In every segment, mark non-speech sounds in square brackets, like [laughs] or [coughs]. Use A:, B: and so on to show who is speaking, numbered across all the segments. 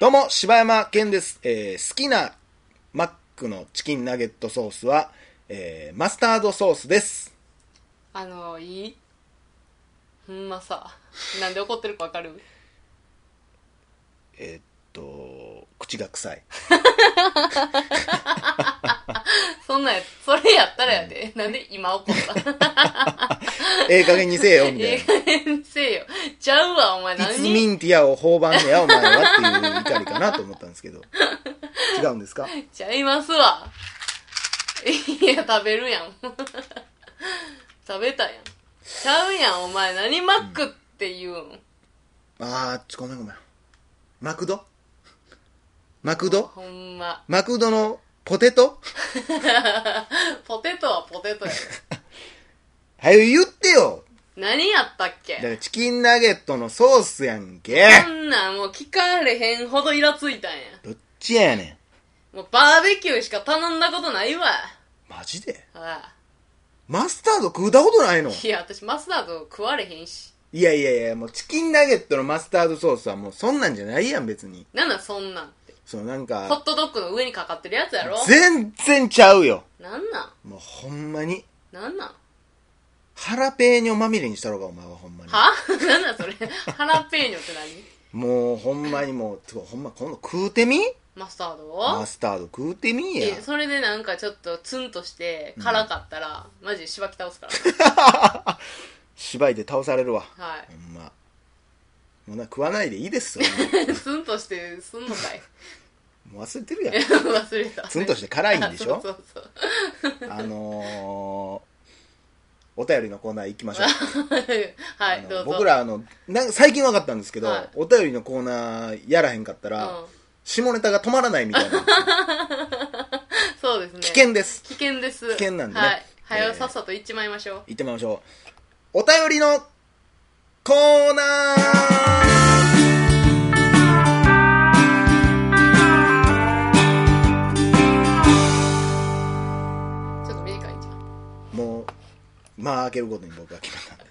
A: どうも、柴山健です。えー好きなマックのチキンナゲットソースは、えーマスタードソースです。
B: あのいいほんま [laughs] さなんで怒ってるかわかる
A: えーっと、口が臭
B: [laughs]
A: い。
B: そんなんやそれやったらやで、なんで今怒 [laughs] った
A: ええ加減にせえよ、みた
B: え
A: い
B: え加減せえよちゃうわお前
A: な。いつ
B: 何
A: ミ
B: 違う
A: ンティアを頬張んねや、お前はっていう怒りかなと思ったんですけ
B: [laughs]
A: ど。違うんですか
B: ちゃいますわいや食べるやん [laughs] 食べたやんちゃうやんお前何マックって言うん、
A: あー、ちょ、ごめんごめん。マクドマクド
B: ほんま [laughs]
A: マクドのポテト
B: ポテトはポテ [laughs] トやで
A: はよ言ってよ
B: 何やったっけ
A: だからチキンナゲットのソースやんけ
B: そんなんもう聞かれへんほどイラついたんや。
A: どっちやね
B: もうバーベキューしか頼んだことないわ。
A: んマジで
B: ああ
A: マスタード食うたことないの
B: いや、私マスタード食われへんし。
A: いやいやいや、もうチキンナゲットのマスタードソースはもうそんなんじゃないやん別に。
B: なんなんそんなんって。
A: そうなん
B: ホッ
A: か、
B: トドッグの上にかかってるやつやろ
A: 全然ちゃうよ。
B: なんなん
A: もうほんまに。
B: なんなん
A: 腹ペーニョまみれにしたろうがお前はほんまに。
B: は [laughs] なんなんそれハラペーニョって何
A: もうほんまにもう、てかほんま今度食うてみ
B: マスタードを
A: マスタード食うてみや。
B: えそれでなんかちょっとツンとして辛かったら、マジでしばき倒すから
A: [laughs] 芝居で倒されるわ。
B: な。は
A: ほんま。もうな、食わないでいいです
B: [laughs]
A: よ。
B: い。 [laughs] ツンとしてすんのかい [laughs]
A: もう忘れてるやん
B: え。忘れた。
A: ツンとして辛いんでしょ
B: [laughs] そうそうそう。
A: あのー、お便りのコーナー行きましょう。
B: は
A: あ
B: い、
A: の
B: どうぞ。
A: 僕らあのなん最近分かったんですけど、
B: はい
A: お便りのコーナーやらへんかったら、
B: うん、
A: 下ネタが止まらないみたい
B: [laughs]
A: な
B: そうですね。
A: 危険です
B: 危険です。
A: 危険なんでね
B: はい。は
A: え
B: よ
A: ー
B: さっさと行っちまいましょう。
A: 行ってみましょうお便りのコーナー
B: ちょっと短いじゃん。
A: もうまあ開けることに僕は決めたんで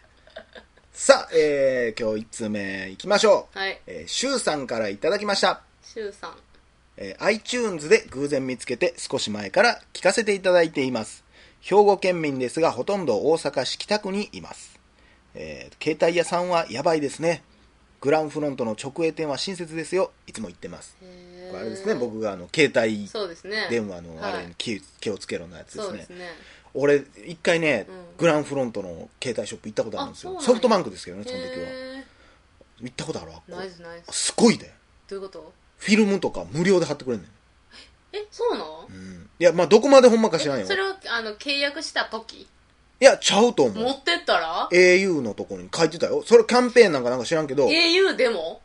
A: さあ、えー、今日1通目いきましょう、
B: はい。
A: えー、シュウさんからいただきました
B: シュウさん。
A: えー iTunes で偶然見つけて少し前から聞かせていただいています兵庫県民ですがほとんど大阪市北区にいます、えー携帯屋さんはやばいですねグランフロントの直営店は親切ですよいつも言ってます
B: へ
A: こ
B: ー
A: れあれですね。僕があの携帯
B: そうですね。
A: 電話のあ
B: は
A: れ
B: い
A: に気,、気をつけろのやつで
B: そ
A: す
B: う
A: ね
B: ですね。
A: 俺一回ね、
B: うん
A: グランフロントの携帯ショップ行ったことあるんです
B: あそう
A: よ
B: なんや
A: ソフトバンクですけどねその時は
B: へ
A: 行ったことあるわ
B: ー。ナイスナイス。
A: すごいで
B: どういうこと
A: フィルムとか無料で貼ってくれんねん
B: え、そうなの
A: うんいや、まあ、どこまでほんまか知らんよ。
B: それを、あの、契約した時
A: いや、ちゃうと思
B: 持
A: う。
B: ってったら
A: au のとこに書いてたよ。それキャンペーンなんかなんか知らんけど、
B: ?au でも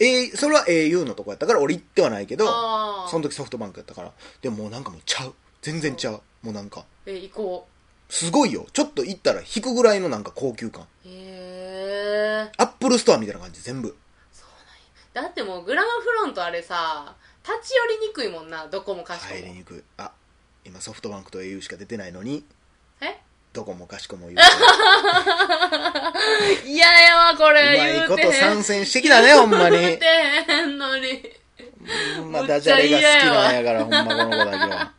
A: A、それは au のとこやったから俺行ってはないけど、
B: ああ。
A: その時ソフトバンクやったから。でももうなんかもうちゃう。全然ちゃう。もうなんか、
B: え、行こ
A: すごいよ。ちょっと行ったら引くぐらいのなんか高級感。
B: う。へえ。
A: アップルストアみたいな感じ、全部。
B: だってもう、グランフロントあれさ、立ち寄りにくいもんな、どこもかしこ
A: 入り
B: も。
A: にくい。あ、今ソフトバンクと au しか出てないのに、
B: え
A: どこもかしこも言うて。
B: いややわ、これ。
A: うまいこ
B: [laughs] 言
A: と
B: うてへん
A: 参戦してきたね、ほんま
B: [laughs] 言う
A: に
B: て。へんのに。
A: ほんまダジャレが好きなんやから、ほんまこの子だけは。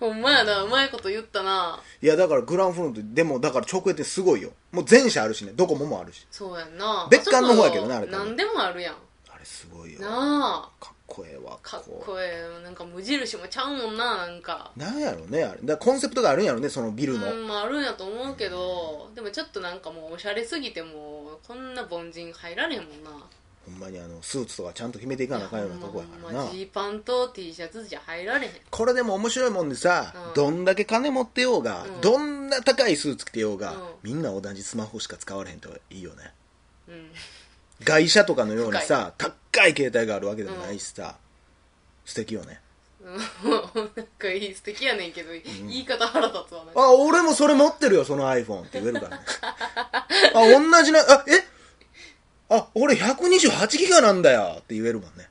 B: ほんまやな、うまいこと言ったな。
A: いやだからグランフロントでもだから直営店すごいよもう全社あるしねドコモもあるし
B: そうやんな。
A: 別館の方やけどなあ
B: あ
A: れ
B: れ。なんでもあるやん。
A: あれすごいよか
B: なあ。
A: っこええわ
B: かっこええ。なんか無印もちゃうもんな、なんか。
A: なんやろねあれだからコンセプトがあるんやろねそのビルの、
B: うん、まああるんやと思うけど、でもちょっとなんかもうおしゃれすぎてもう、こんな凡人入られへんもんな。
A: ほんまにあのスーツとかちゃんと決めていかなあかんようなとこやから
B: ほん
A: な
B: まジーパンと T シャツじゃ入られへん。
A: これでも面白いもんでさ、
B: うん
A: どんだけ金持ってようが、
B: うん
A: どんな高いスーツ着てようが、
B: うん
A: みんな同じスマホしか使われへんといいよね
B: うん。 [laughs]
A: 外車とかのようにさ高い携帯があるわけでもないしさ、素敵よね
B: うんなんかいい、素敵やねんけど、言い方腹立つわ。なんか
A: あ、俺もそれ持ってるよ、その iPhone って言えるからね。 [laughs] あ、同じな、あ、えあ、俺128ギガなんだよって言えるもんね。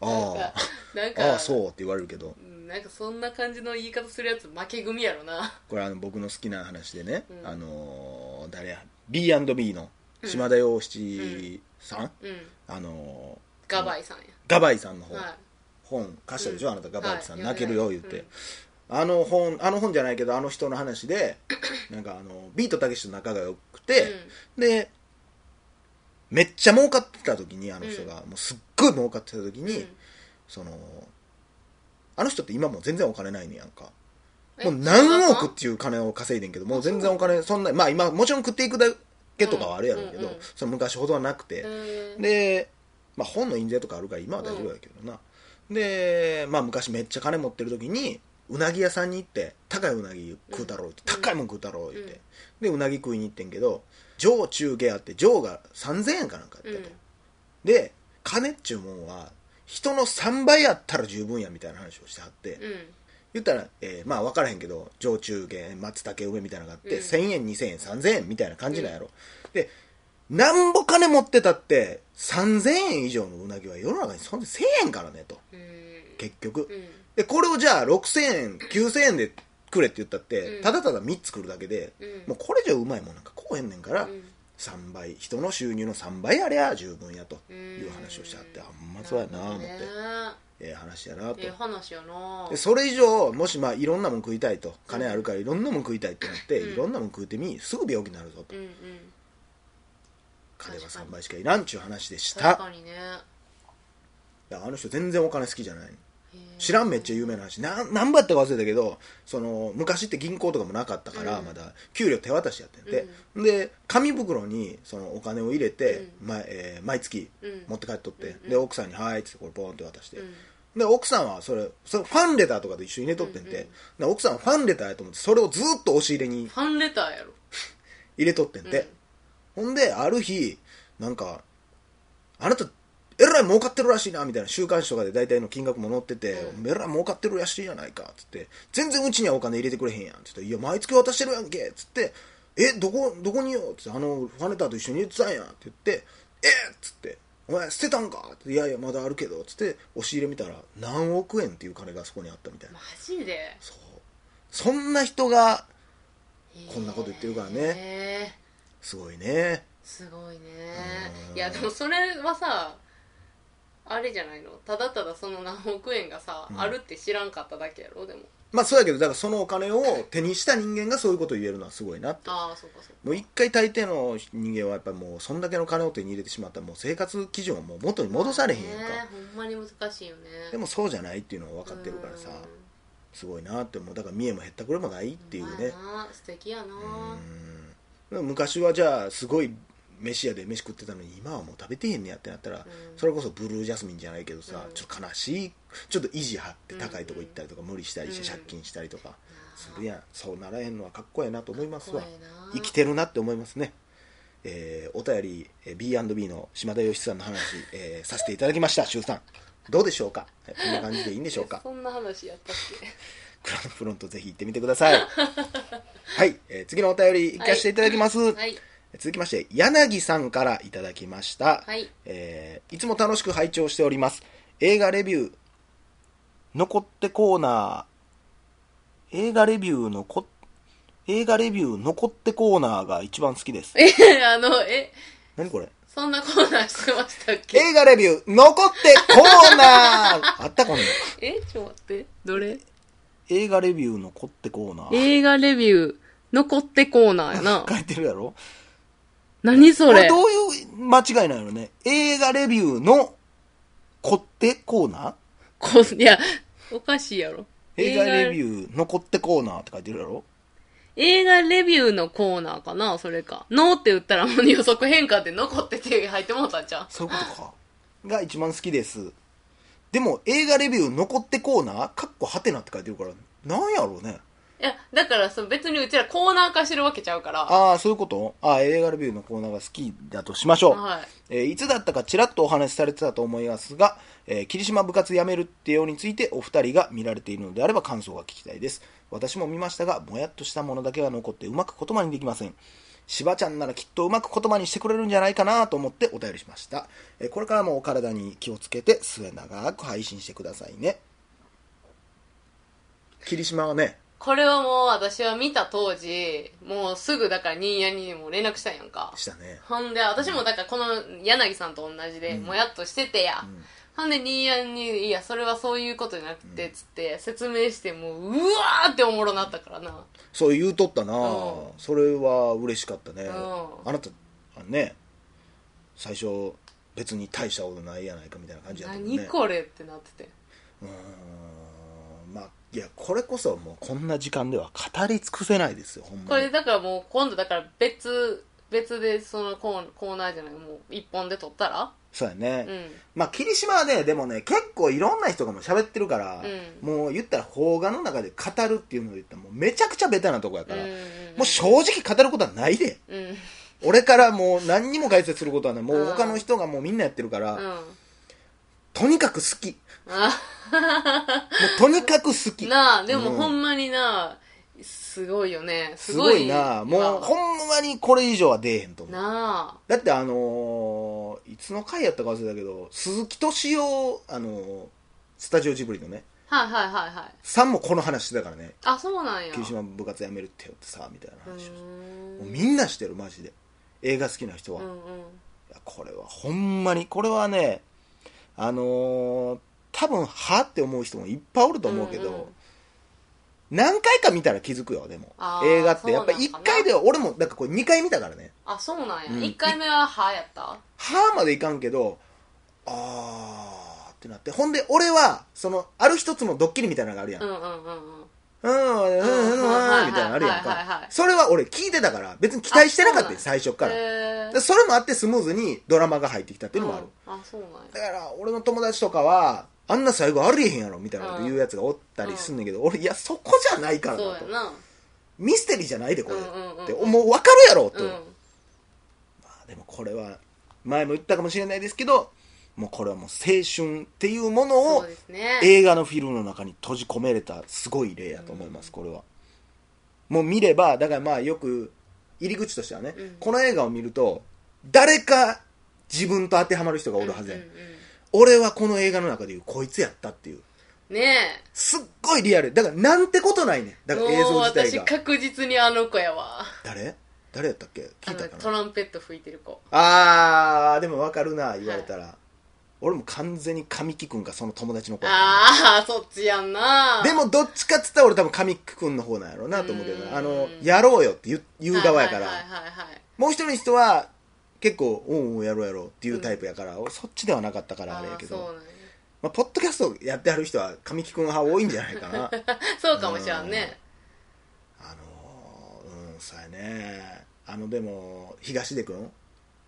A: あ
B: なん
A: あ、
B: か、
A: ああ、そうって言われるけど、
B: うんなんかそんな感じの言い方するやつ負け組やろな
A: これあの僕の好きな話でね、
B: うん
A: あのー誰や、B&B の島田洋七さん、
B: うん
A: あの
B: ガバイさんや
A: ガバイさんの方、
B: はい
A: 本貸したでしょ、
B: うん
A: あなたガバイさん、
B: はい
A: 泣けるよ言って、あの本あの本じゃないけどあの人の話
B: [coughs]
A: でなんかあのビートたけしと仲が良くて、でめっちゃ儲かってた時にあの人が、もうすっごい儲かってた時に、
B: うん
A: そのあの人って今もう全然お金ないねやんかも
B: え
A: う何億っていう金を稼いでんけどもう全然お金そんなまあ今もちろん食っていくだけとかはあるやろうけど、
B: うんうんうん
A: その昔ほどはなくて、
B: うん
A: で、まあ、本の印税とかあるから今は大丈夫だけどな、で、まあ、昔めっちゃ金持ってる時にうなぎ屋さんに行って高いうなぎ食うたろうって、
B: うん
A: 高いもん食うたろう言って、
B: うん
A: でうなぎ食いに行ってんけど上中下あって上が3000円かなんかやったと、で金っちゅうもんは人の3倍あったら十分やみたいな話をしてはって、
B: うん
A: 言ったら、えーまあ分からへんけど上中元松茸梅みたいなのがあって、
B: うん
A: 1000円2000円3000円みたいな感じなんやろ、でなんぼ金持ってたって3000円以上のうなぎは世の中にそんな1000円からねと
B: うんうん
A: 結局、
B: うん
A: でこれをじゃあ6000円9000円でくれって言ったって、
B: うん
A: ただただ3つくるだけで、
B: うん
A: もうこれじゃうまいもんなんかこうへんねんから、
B: うん
A: 3倍人の収入の3倍ありゃ十分やと
B: うん
A: いう話をしてあってあんまそうやなと思って、
B: なる
A: ええ話やな
B: ほど
A: と
B: ねええ話やな
A: でそれ以上もしまあいろんなもん食いたいと金あるからいろんなもん食いたいってなって、
B: うん
A: いろんなもん食うてみすぐ病気になるぞと
B: うんうん
A: 金は3倍しかいらんっちゅう話でした
B: 確かにね
A: いやあの人全然お金好きじゃない
B: へえ
A: 知らんめっちゃ有名な話なん何倍やったか忘れたけどその昔って銀行とかもなかったから、
B: うん
A: まだ給料手渡しやってんて、で紙袋にそのお金を入れて、まえー毎月
B: うん
A: 持って帰っとって、
B: うんうん
A: で奥さんに「はい」っつってこれポンって渡して、
B: うん
A: で奥さんはそれそれファンレターとかで一緒に入れとってんて、
B: うんうん
A: で奥さんはファンレターやと思ってそれをずっと押し入れに
B: ファンレターやろ
A: 入れとってんて、ほんである日なんか「あなたえらい儲かってるらしいな」みたいな週刊誌とかで大体の金額も載ってて「
B: うん
A: えらい儲かってるらしいじゃないか」っつって「全然うちにはお金入れてくれへんやん」っつって「いや毎月渡してるやんけ」っつって「えどこどこによ」っつって「あのファネターと一緒に入れてたんや」って言って「えっ!」つって「お前捨てたんか?」って「いやいやまだあるけど」っつって押し入れ見たら何億円っていう金がそこにあったみたいな
B: マジで
A: そうそんな人がこんなこと言ってるからね
B: へえ
A: すごいね
B: すごいね
A: うん
B: いやでもそれはさあれじゃないのただただその何億円がさ、
A: うん
B: あるって知らんかっただけやろでも
A: まあそうやけどだからそのお金を手にした人間がそういうことを言えるのはすごいなって
B: ああそうかそうか
A: もう一回大抵の人間はやっぱりもうそんだけの金を手に入れてしまったらもう生活基準をもう元に戻されへんやんか、
B: ねほんまに難しいよね
A: でもそうじゃないっていうのを分かってるからさ
B: っ
A: すごいなって思うだから見栄も減ったくれもないっていうね
B: 素敵やな
A: うん昔はじゃあすごい飯屋で飯食ってたのに今はもう食べてへんねやってなったら、それこそブルージャスミンじゃないけどさ、
B: うん
A: ちょっと悲しいちょっと意地張って高いとこ行ったりとか無理したりして
B: うん
A: 借金したりとかするやんそうならへんのはかっこええなと思いますわ
B: かっこええな
A: 生きてるなって思いますねえーお便りえー B&B の島田義さんの話、えーさせていただきました周さんどうでしょうかはいこんな感じでいいんでしょうか
B: そんな話やったっけ
A: クラウンフロントぜひ行ってみてくださいはい、えー次のお便り行かせていただきます、 [laughs]
B: はい
A: 続きまして柳さんからいただきました、 [laughs]
B: はい
A: えーいつも楽しく拝聴しております映画レビュー残ってコーナー映画レビューのこ映画レビュー残ってコーナーが一番好きです
B: え [laughs] あのえ
A: 何これ
B: そんなコーナーしてましたっけ
A: 映画レビュー残ってコーナー [laughs] あったこんな
B: えちょっと待ってどれ
A: 映画レビュー残ってコーナー
B: 映画レビュー残ってコーナーやな
A: 書いてるやろ
B: 何そ
A: こ
B: れ
A: れどういう間違いなのね映画レビューのこってコーナー
B: こいや、おかしいやろ。
A: 映画レビ
B: ュー。
A: ュー残ってコーナーって書いてるやろ
B: 映画レビューのコーナーかなそれか。ノーって打ったらもう予測変換で残って手入ってもうたんじゃん。
A: そういうことか。が一番好きです。でも映画レビュー残ってコーナーかっこはてなって書いてるから、なんやろうね。
B: いや、だからその別にうちらコーナー化してるわけちゃうから。
A: ああ、そういうことああ、映画レビューのコーナーが好きだとしましょう。
B: はい。
A: えーいつだったかちらっとお話しされてたと思いますが、えー霧島部活辞めるってようについてお二人が見られているのであれば感想が聞きたいです。私も見ましたが、もやっとしたものだけが残ってうまく言葉にできません。しばちゃんならきっとうまく言葉にしてくれるんじゃないかなと思ってお便りしました。えーこれからもお体に気をつけて末永く配信してくださいね。霧島はね、
B: これはもう私は見た当時、もうすぐだからニーヤにも連絡したんやんか。
A: したね。
B: ほんで、私もだからこの柳さんと同じで、
A: うん
B: もやっとしててや。
A: うん
B: ほんで、ニーヤンに、いや、それはそういうことじゃなくて、つって、説明して、もう、うわーっておもろなったからな。
A: そう言うとったな、
B: うん
A: それは嬉しかったね、
B: うん
A: あなたね最初別に大したことないやないかみたいな感じだったもんね
B: 何これってなってて。
A: うーんまあいやこれこそもうこんな時間では語り尽くせないですよほん
B: こ
A: まに
B: れ、だからもう、今度だから別、別で、そのコーコーナーじゃない、もう、一本で撮ったら
A: そうやね、
B: うん。
A: まあ霧島はねでもね結構いろんな人がもう喋ってるから、
B: う
A: もう言ったら邦画の中で語るっていうので言ったらもうめちゃくちゃベタなとこや
B: う
A: から、
B: ん。
A: もう正直語ることはないで
B: うん。うん。
A: 俺からもう何にも解説することはねもう
B: あー
A: 他の人がもうみんなやってるから、
B: うん
A: とにかく好きも
B: あ
A: うとにかく好き
B: なあ、でも
A: うん
B: ほんまにな、すごいよね。す
A: す
B: ご
A: ご
B: い。
A: いなもう
B: まあ
A: ほんまにこれ以上は出えへんと思う
B: なあ。
A: だってあのーいつの回やったか忘れたけど鈴木敏夫あのースタジオジブリのね
B: はいはいはいはい。
A: さんもこの話してたからね
B: あ、そうなんや。
A: 霧島部活やめるってよってさみたいな
B: う
A: 話をして
B: ーん
A: もうみんなしてるマジで映画好きな人は、
B: う
A: い
B: んうん。
A: やこれはほんまにこれはねあのー多分はって思う人もいっぱいおると思うけど、
B: うんうん
A: 何回か見たら気づくよでも
B: あー
A: 映画ってやっぱ
B: そうなんか
A: 1
B: な
A: 回では俺もなんかこれ2回見たからね
B: あ、そうなんや。
A: うん
B: 一回目は歯やった
A: はーまでいかんけどあーってなってほんで俺はそのある一つのドッキリみたいなのがあるやん、
B: う
A: うんん
B: うんうんうん。
A: うんうんうんうんみたいなのあるやん
B: はいはいはいは
A: か
B: い
A: それは俺聞いてたから別に期待してなかったよ
B: あ
A: 最初から、
B: へ
A: でそれもあってスムーズにドラマが入ってきたっていうのもある、
B: うんあ、そうなん
A: だから俺の友達とかはあんな最後ありえへんやろみたいなこと言うやつがおったりすんねんけど、俺いやそこじゃないから
B: や。
A: な
B: そうや
A: と
B: な。
A: ミステリーじゃないでこれ、
B: うんうんうん
A: ってもう分かるやろと、
B: うん。
A: あでもこれは前も言ったかもしれないですけどもうこれはもう青春っていうもの
B: そ
A: を
B: うですね。
A: 映画のフィルムの中に閉じ込めれたすごい例やと思います、これはもう見ればだからまあよく入り口としてはね、
B: うん
A: この映画を見ると誰か自分と当てはまる人がおるはずや、
B: うんんうんう
A: 俺はこの映画の中でいうこいつやったっていうん
B: ね
A: すっごいリアルだからなんてことないねん
B: え。
A: だか
B: も
A: ら映
B: う
A: 像自体
B: 私
A: が
B: 確実にあの子やわ。
A: 誰誰やったっけ聞いたか
B: あ
A: な
B: のトランペット吹いてる子。
A: あーでも分かるな言われたら、俺も完全に神木君かその友達の子
B: ああ、そっちやんな。
A: でもどっちかっつったら俺多分神木君の方なんやろうなと思うけど
B: う
A: なんあのやろうよって言う言う側やから、
B: はいはいはいはいはい
A: もう一人の人は結構「うんうんやろうやろう」っていうタイプやから、俺そっちではなかったからあれやけ
B: あーそう
A: ど、
B: なんや
A: まあ、ポッドキャストやってはる人は神木君派多いんじゃないか
B: [laughs]
A: な
B: そうかもしれんね。
A: あのーうんそうやねあのでも東出君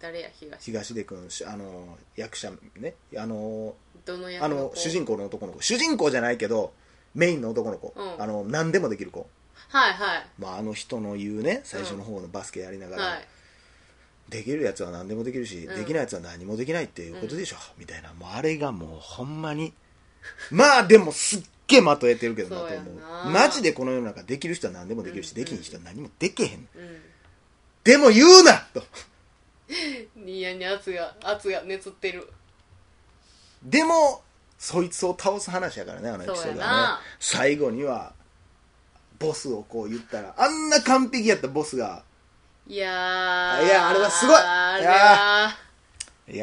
B: 誰や、東。
A: 東出君しあのー役者ねあのー
B: どの役
A: あの
B: 子
A: 主人公の男の子主人公じゃないけどメインの男の子、
B: うん
A: あの何でもできる子、
B: はいはい。
A: まあ、あの人の言うね最初の方のバスケやりながら、
B: はい。
A: できるやつは何でもできるし、
B: うん
A: できないやつは何もできないっていうことでしょ、みたいなもうあれがもうほんまに [laughs] まあでもすっげえまとえてるけどなと思
B: そううやな
A: マジでこの世の中できる人は何でもできるし、
B: うんうん
A: できん人は何もできへん
B: うん。
A: でも言うなと
B: ニーヤに圧が、圧が熱ってる。
A: でもそいつを倒す話やからねあのエピソー
B: そう
A: ド
B: や
A: はね
B: な
A: 最後にはボスをこう言ったらあんな完璧やったボスが
B: いやー。
A: いやあれはすごい
B: あ
A: い
B: れ
A: やー
B: は、
A: い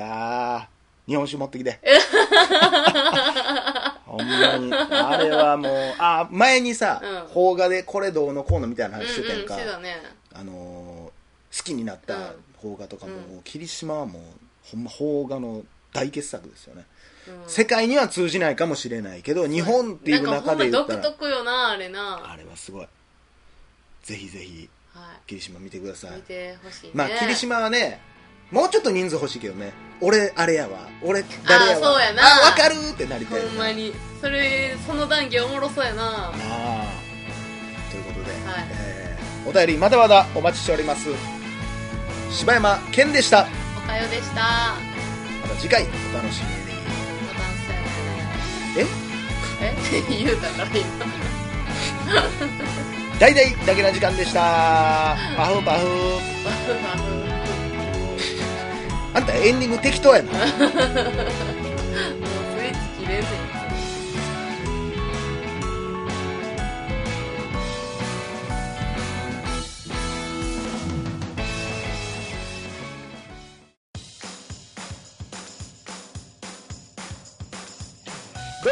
A: やー日本酒持ってき
B: [laughs]
A: てほんまにあれはもうあ前にさ
B: うん
A: 邦、画でこれどうのこうのみたいな
B: うんう
A: 話
B: ん、
A: してたやん
B: して
A: か、
B: たね。
A: あのー好きになった邦画とかも,、
B: うん
A: 霧島はもうほんま邦画の大傑作ですよね、
B: うん
A: 世界には通じないかもしれないけど日本っていう中で言ったら
B: なんかほんま独特よな、あれな。
A: あれはすごいぜひぜひ
B: は
A: 霧島見てくださ
B: い。
A: い
B: 見てほしいね。
A: まあ霧島はねもうちょっと人数欲しいけどね俺あれやわ俺誰やわ
B: あそうやな
A: あ分かるってなりた
B: ほ
A: いよ
B: んま
A: ね
B: に。それ、その談義おもろそうやな。
A: ああということで、
B: はい
A: えーお便りまだまだお待ちしております柴山健でした
B: おかよでした。
A: また次回お楽しみに
B: お楽し
A: え
B: みに。え言うたから今。
A: 大々だけな時間でしたパフパフあんたエンディング適当や
B: [laughs]
A: な
B: もうスイッチ切れんねん。
A: ど